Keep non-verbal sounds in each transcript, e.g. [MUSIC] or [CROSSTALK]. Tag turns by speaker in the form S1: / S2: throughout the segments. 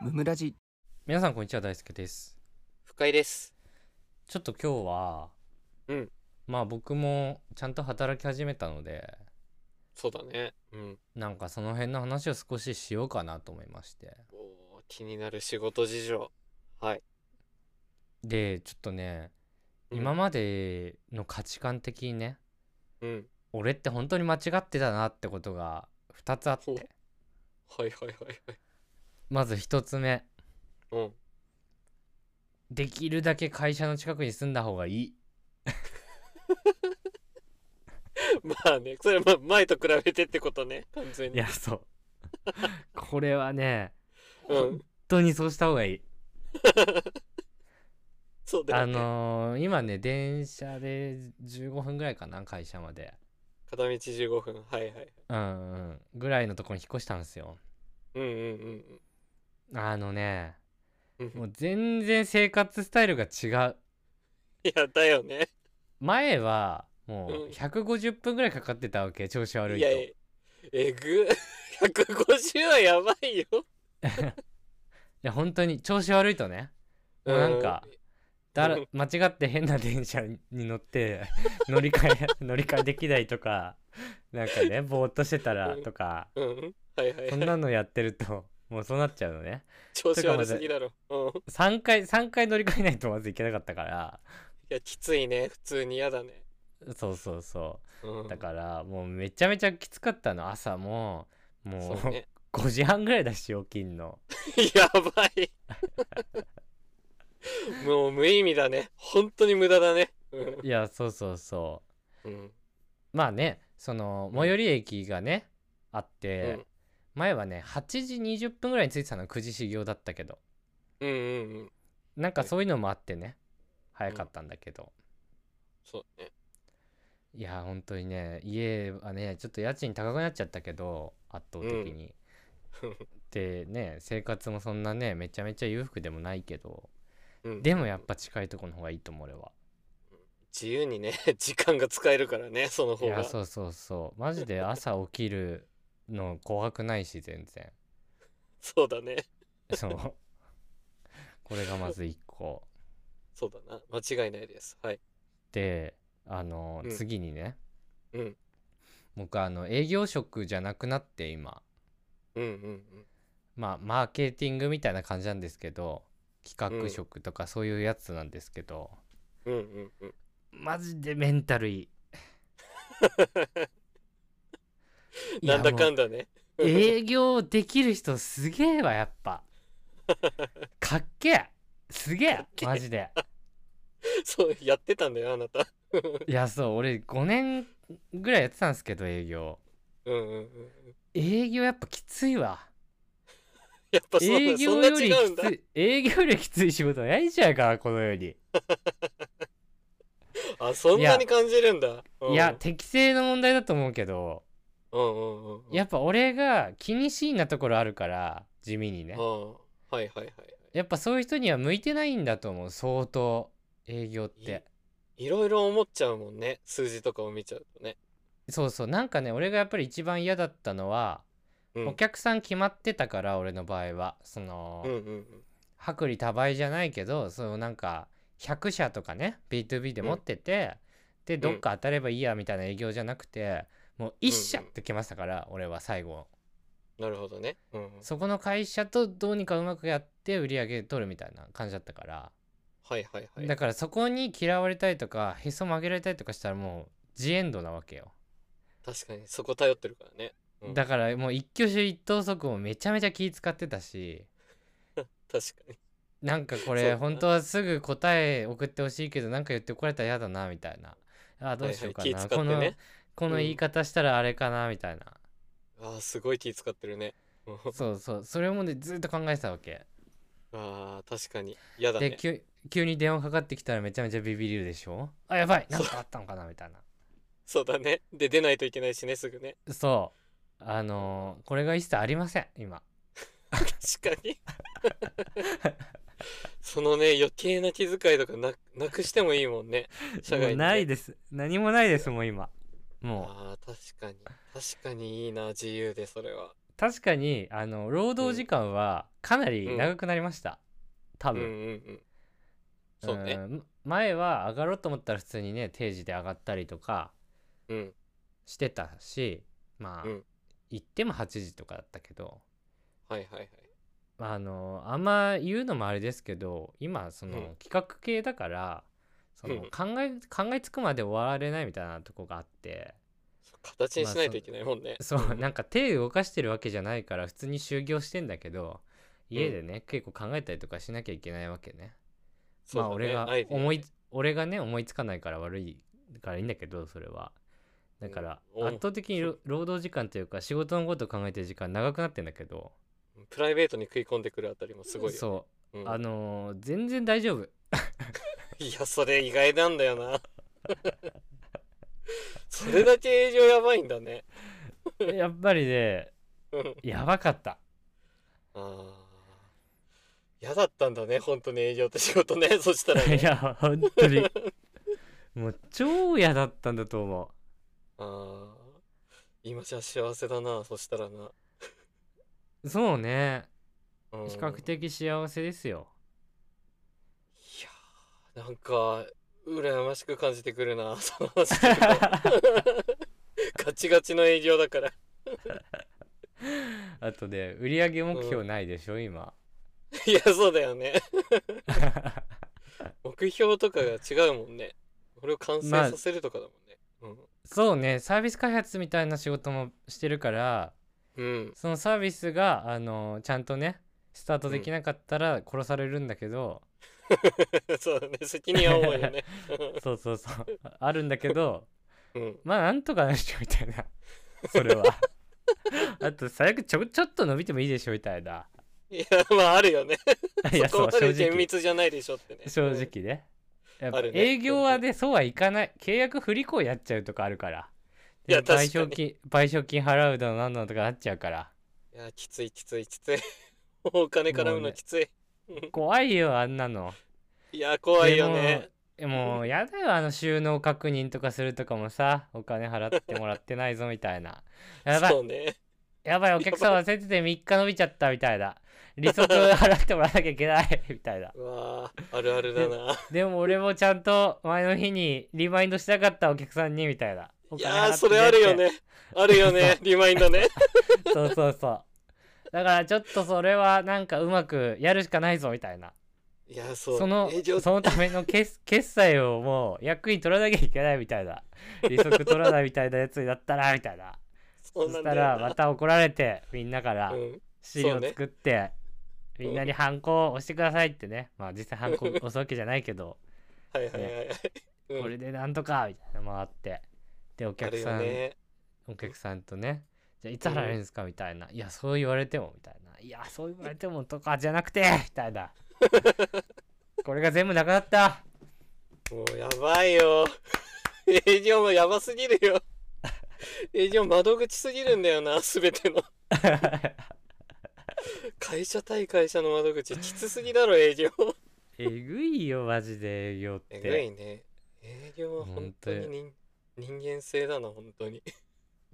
S1: ムラジ
S2: 皆さんこんにちは大輔です
S3: 深井です。
S2: ちょっと今日は
S3: うん
S2: まあ僕もちゃんと働き始めたので
S3: そうだね。うん。
S2: なんかその辺の話を少ししようかなと思いまして
S3: おー気になる仕事事情。はい。
S2: でちょっとね
S3: うん
S2: 今までの価値観的にね、
S3: うん。
S2: 俺って本当に間違ってたなってことが2つあっ
S3: ほう
S2: て
S3: はいはいはいはい。
S2: まず1つ目
S3: うん。
S2: できるだけ会社の近くに住んだ方がいい
S3: [LAUGHS] まあね、それま前と比べてってことね。完全
S2: い
S3: に。
S2: やそう [LAUGHS] これはね
S3: う
S2: 本
S3: ん。
S2: 当にそうした方がいい
S3: そうだ
S2: あ
S3: よね。
S2: のー今ね電車で15分ぐらいかな会社まで
S3: 片道15分。はいはい。
S2: うんうんぐらいのとこに引っ越したんですよ
S3: うんうん
S2: あのね
S3: うんうん。う
S2: も
S3: ん
S2: う全然生活スタイルが違う
S3: い [LAUGHS] や、だよね。
S2: 前はも
S3: う
S2: うん150分ぐらいかかってたわけ調子悪い
S3: い
S2: と
S3: や、ええぐ。150はやばいよ。
S2: いや本当に調子悪いとねもうなんかだら
S3: うん
S2: 間違って変な電車に乗って [LAUGHS] 乗り換え乗り換えできないとかなんかねぼーっとしてたら
S3: うん
S2: とか
S3: うん。うん。はいはい
S2: そん
S3: はい。
S2: なのやってるともうそうなっちゃうのね
S3: 調子悪すぎだろ。うん。
S2: 3回3回乗り換えないとまずいけなかったから
S3: いや、きついね。普通に嫌だね。。
S2: そうそうそううんだからもうめちゃめちゃきつかったの朝もも
S3: そうね。
S2: う5時半ぐらいだし起きんの
S3: [LAUGHS] やばい。もう無意味だね。本当に無駄だね。うん
S2: いやそうそうそ
S3: うん。
S2: うまあねその最寄り駅がねあって、
S3: うん
S2: 前はね8時20分ぐらいに着いてたの9時始業だったけど
S3: うんうんうん。
S2: なんか
S3: はい
S2: そういうのもあってね早かったんだけど、
S3: そうね。
S2: いや本当にね家はねちょっと家賃高くなっちゃったけど圧倒的に、でね生活もそんなねめちゃめちゃ裕福でもないけど
S3: うん
S2: でもやっぱ近いとこの方がいいと思う俺は
S3: 自由にね、 [LAUGHS] 時間が使えるからね、その
S2: い
S3: 方
S2: や
S3: が。
S2: そうそうそうマジで朝起きるの怖くないし全然
S3: そうだね。
S2: そう
S3: [LAUGHS]
S2: これがまず1個
S3: そうだな。間違いないです。はい。
S2: であの、
S3: うん
S2: 次にね
S3: うん。
S2: 僕あの営業職じゃなくなって今
S3: うんうん
S2: まあマーケティングみたいな感じなんですけど企画職とかそういうやつなんですけど、
S3: うん。うんうんうん。
S2: マジでメンタルいい [LAUGHS] いや
S3: なんだか
S2: もうん
S3: だね。 [LAUGHS]
S2: 営業できる人すげえわやっぱかっけえすげえ
S3: けえ
S2: マジで
S3: そう、やってたんだよ、あなた。
S2: いやそう俺5年ぐらいやってたんですけど営業
S3: うんうんうん。
S2: 営業やっぱきついわ
S3: やっぱそう
S2: 営
S3: だ、そ
S2: 業
S3: んな
S2: より
S3: 違うん
S2: き
S3: だ
S2: つ。い営業よりきつい仕事ないじゃんかこの世に
S3: あ、そんなに感じるんだ。うん
S2: いや、適性の問題だと思うけど
S3: うんうんうんうん。
S2: やっぱ俺が気にしいなところあるから地味にね
S3: うん。はいはいはい。
S2: やっぱそういう人には向いてないんだと思う相当営業って
S3: いろいろ思っちゃうもんね数字とかを見ちゃうとね、
S2: そうそうなんかね俺がやっぱり一番嫌だったのは、
S3: うん、
S2: お客さん決まってたから俺の場合はその、
S3: うんうん
S2: 薄利多売じゃないけどそのなんか100社とかね B2B で持ってて、でどっか当たればいいやみたいな営業じゃなくてもう1社ってきましたから、俺は最後
S3: うんなるほどね、うんうん、
S2: そこの会社とどうにかうまくやって売り上げ取るみたいな感じだったから、
S3: はいはいはい
S2: だからそこに嫌われたりとかへそ曲げられたりとかしたらもうジエンドなわけよ、
S3: 確かにそこ頼ってるからね、うん、
S2: だからもう一挙手一投足もめちゃめちゃ気使ってた
S3: [LAUGHS]
S2: し
S3: 確かに
S2: なんかこ
S3: そうだ
S2: れ
S3: な
S2: 本当はすぐ答え送ってほしいけどなんか言ってこられたら嫌だなみたいなあーどうしようかな、
S3: はいはい気使っ
S2: こ
S3: て
S2: の
S3: ね
S2: この言い方したらあれかなみ
S3: [LAUGHS]
S2: たいな、
S3: あーすごい気使ってるねうん
S2: そうそうそれもねずっと考えてたわけ、
S3: あー確かに嫌だ
S2: で
S3: ね
S2: 急急に電話かかってきたらめちゃめちゃビビるでしょあやばいなんかあったのかなみたいな
S3: そうだねで出ないといけないしねすぐね
S2: [LAUGHS] そうあのーこれが一切ありません今
S3: 確かに [LAUGHS] そのね余計な気遣いとかななくしてもいいもんね社外にね
S2: もうないです何もないですもう今もう
S3: あー確かに確かにいいな自由でそれは
S2: 確かにあの労働時間はかなり長くなりました、多
S3: うんうん
S2: 分、
S3: うん。そうね。
S2: ん前は上がろうと思ったら普通にね定時で上がったりとか
S3: うん。
S2: してたしまあ、
S3: うん
S2: 行っても8時とかだったけど
S3: はいはいはい。
S2: あのあんま言うのもあれですけど今その、
S3: うん
S2: 企画系だからその、
S3: うん
S2: 考え考えつくまで終わられないみたいなとこがあって
S3: 形にしないといけないもんね。
S2: そう
S3: うん
S2: なんか手動かしてるわけじゃないから普通に就業してんだけど家でね、結構考えたりとかしなきゃいけないわけね。
S3: そう
S2: まあ
S3: だね
S2: 俺が
S3: アイデアね
S2: 思い俺がね思いつかないから悪いからいいんだけどそれはだから
S3: うん
S2: 圧倒的にろ労働時間というか仕事のことを考えてる時間長くなってんだけど
S3: プライベートに食い込んでくるあたりもすごいよ。
S2: そううんあのー全然大丈
S3: [LAUGHS]
S2: 夫
S3: いや、それ意外なんだよな。それだけ営業やばいんだね。
S2: やっぱりね
S3: うん
S2: やばかった
S3: あー嫌だったんだね、本当に営業って仕事ね。そ
S2: [LAUGHS]
S3: したらね、
S2: いや本当にもう超嫌だったんだと思う
S3: あー今じゃ幸せだな、そしたらな。
S2: そうね
S3: うん
S2: 比較的幸せですよ
S3: いやーなんか、羨ましく感じてくるな、 [LAUGHS] その
S2: [LAUGHS]
S3: 話聞くとガチガチの営業だから。 [LAUGHS]
S2: [LAUGHS] あとね売上目標ないでしょ、今 [LAUGHS]
S3: いや、そうだよね。目標とかが違うもんね。これを完成
S2: まあ
S3: させるとかだもんね。
S2: そうねサービス開発みたいな仕事もしてるから
S3: うん。うん。 [LAUGHS]
S2: そのサービスがあのちゃんとねスタートできなかったら殺されるんだけど、
S3: そうだね。責任は重い
S2: [LAUGHS]
S3: よね。
S2: そうそうそう [LAUGHS] あるんだけど
S3: うん。
S2: まあなんとかなるでしょみたいなそ
S3: [LAUGHS]
S2: れはあと最悪ちょちょっと伸びてもいいでしょみたいな
S3: いや、まあ、あるよね。
S2: いや
S3: そこ
S2: そう
S3: ま
S2: 正
S3: で厳
S2: 直
S3: 密じゃないでしょってね。
S2: 正直ねやっぱ
S3: あるね
S2: 営業はねそうはいかない契約不履行やっちゃうとかあるから
S3: いや
S2: で賠
S3: 確かに
S2: 償金賠償金払うだのなんだのとかなっちゃうから
S3: うん。いや、きついきついきつい。 [LAUGHS] お金絡むのきつい。
S2: 怖いよあんなの
S3: いや、怖いよね。
S2: でももうやだよあの収納確認とかするとかもさお金払ってもらってないぞみたいなやばい
S3: そうね。
S2: やばいお客さん忘れてて3日伸びちゃったみたいな利息払ってもらわなきゃいけないみたいな
S3: うわあ、あるあるだな。
S2: でも俺もちゃんと前の日にリマインドしなかったお客さんにみたいないい
S3: やー、それあるよね。ある
S2: [LAUGHS]
S3: よね。リマインドね。
S2: そうそうそうだからちょっとそれはなんかうまくやるしかないぞみたいない
S3: や、そう。
S2: その
S3: 営業
S2: そのための決決済をもう役に取らなきゃいけないみたいな利息取らないみたいなやつになったらみたいな
S3: そ
S2: そう
S3: な
S2: し
S3: んだ
S2: た
S3: よ
S2: ら
S3: な
S2: また怒られてみんなから
S3: うん。
S2: 資料
S3: そうね
S2: 作って、
S3: うん
S2: みんなにハンコを押してくださいってねまあ実際ハン
S3: [LAUGHS]
S2: コ押すわけじゃないけど、
S3: はいはいはいはい。うん
S2: これでなんとかみたいな回ってでお
S3: あ
S2: 客
S3: る
S2: さ
S3: よ
S2: ん、
S3: ね。
S2: お客さんとねじゃあいつ払えるんですかみたいな「いやそう言われても」みたいな「いやそう言われても」とかじゃなくて [LAUGHS] みたい
S3: [LAUGHS]
S2: なこれが全部なくなった
S3: もうやばいよ。 [LAUGHS] 営業もやばすぎる
S2: [LAUGHS]
S3: よ。営業窓口すぎるんだよな、すべての。会社対会社の窓口、きつすぎだろ、営業。
S2: えぐいよマジで営業って
S3: えぐいね。営業は本当に人人間性だな、本当に。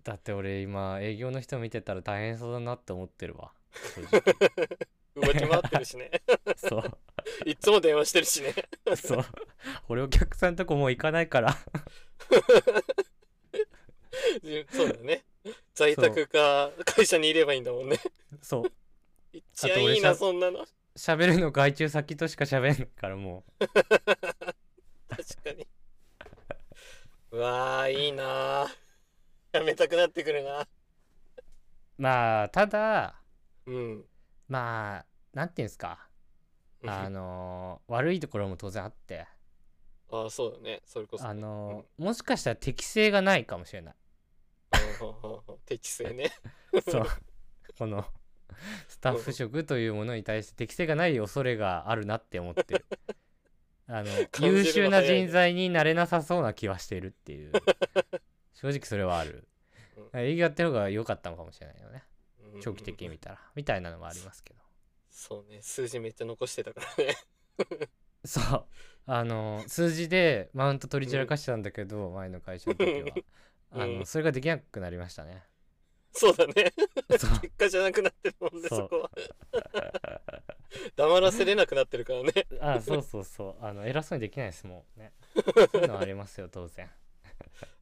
S2: だって俺今営業の人見てたら大変そうだなって思ってるわ正直
S3: [LAUGHS] 動き回ってるしね。 [LAUGHS]
S2: そう
S3: いつも電話してるしね。
S2: そう俺お客さんとこもう行かないから
S3: [LAUGHS] そうだね。在宅か、会社にいればいいんだもん
S2: [LAUGHS]
S3: ね。
S2: そう
S3: 一番いいな、
S2: あと
S3: そんなの。
S2: 喋るの外注先としか喋んないからも
S3: 確かに。うわあ、いいなー。やめたくなってくるな。
S2: うまあただ
S3: うん。
S2: まあなんていうんですかあのー悪いところも当然あって
S3: ああ、そうだね。それこそね。
S2: あのーもしかしたら適性がないかもしれない
S3: [LAUGHS] うん適正ね。
S2: そうこのスタッフ職というものに対して適性がない恐れがあるなって思って
S3: [LAUGHS]
S2: るあの
S3: 感じるの
S2: 優秀な
S3: 早いね
S2: 人材になれなさそうな気はしているって
S3: [LAUGHS]
S2: いう正直それはある
S3: う
S2: 営業やってる方が良かったのかもしれないよね
S3: うん
S2: 長期的に見たらみたいなのもありますけど
S3: そうね。数字めっちゃ残してたからね。 [LAUGHS]
S2: そうあの数字でマウント取り散らかしてたんだけ
S3: [LAUGHS]
S2: ど、前の会社の時はあの、
S3: うん
S2: それができなくなりましたね
S3: そうだね。
S2: そう
S3: 結果じゃなくなってるもんね
S2: そう
S3: そこは [LAUGHS] 黙らせれなくなってるからね
S2: あそうそうそうあの偉そうにできないですもんねそういうのはありますよ当然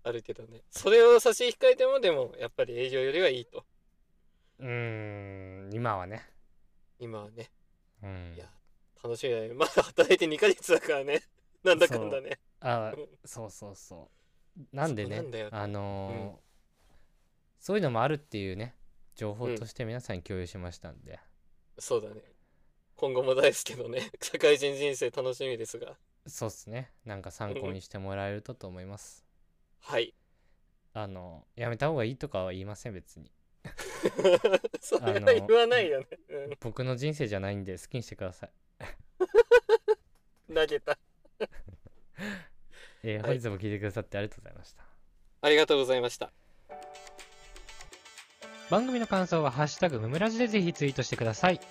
S3: あるけどねそれを差し控えてもでもやっぱり営業よりはいいと
S2: うーん今はね
S3: 今はね
S2: うん
S3: いや楽しみだねまだ働いて2ヶ月だからね [LAUGHS] なんだかんだね
S2: あそうそうそうなんでね
S3: そうなんだよ
S2: あのーそういうのもあるっていうね情報として皆さんに共有しましたんで、
S3: そうだね今後も大好きのね社会人人生楽しみですが
S2: そうっすねなんか参考にしてもらえるとと思います
S3: はい [LAUGHS]
S2: あのやめた方がいいとかは言いません別に
S3: それ
S2: あ
S3: は
S2: の
S3: 言わないよね、
S2: 僕の人生じゃないんで好きにしてください、
S3: うん、投げた
S2: えー
S3: は
S2: 本
S3: い
S2: 日も聞いてくださってありがとうございました
S3: ありがとうございました
S2: 番組の感想は「ハッシュタグむむらじ」でぜひツイートしてくださいチ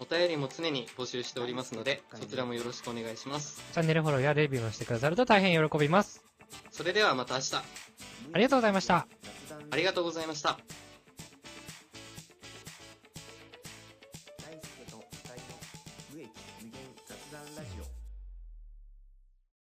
S3: お便りも常に募集しておりますのでそちらもよろしくお願いします
S2: ャンネルフォローやレビューもしてくださると大変喜びます
S3: それではまた明日
S2: ありがとうございました
S3: ありがとうございました
S1: 大輔と二人の無益無限雑談ラジオ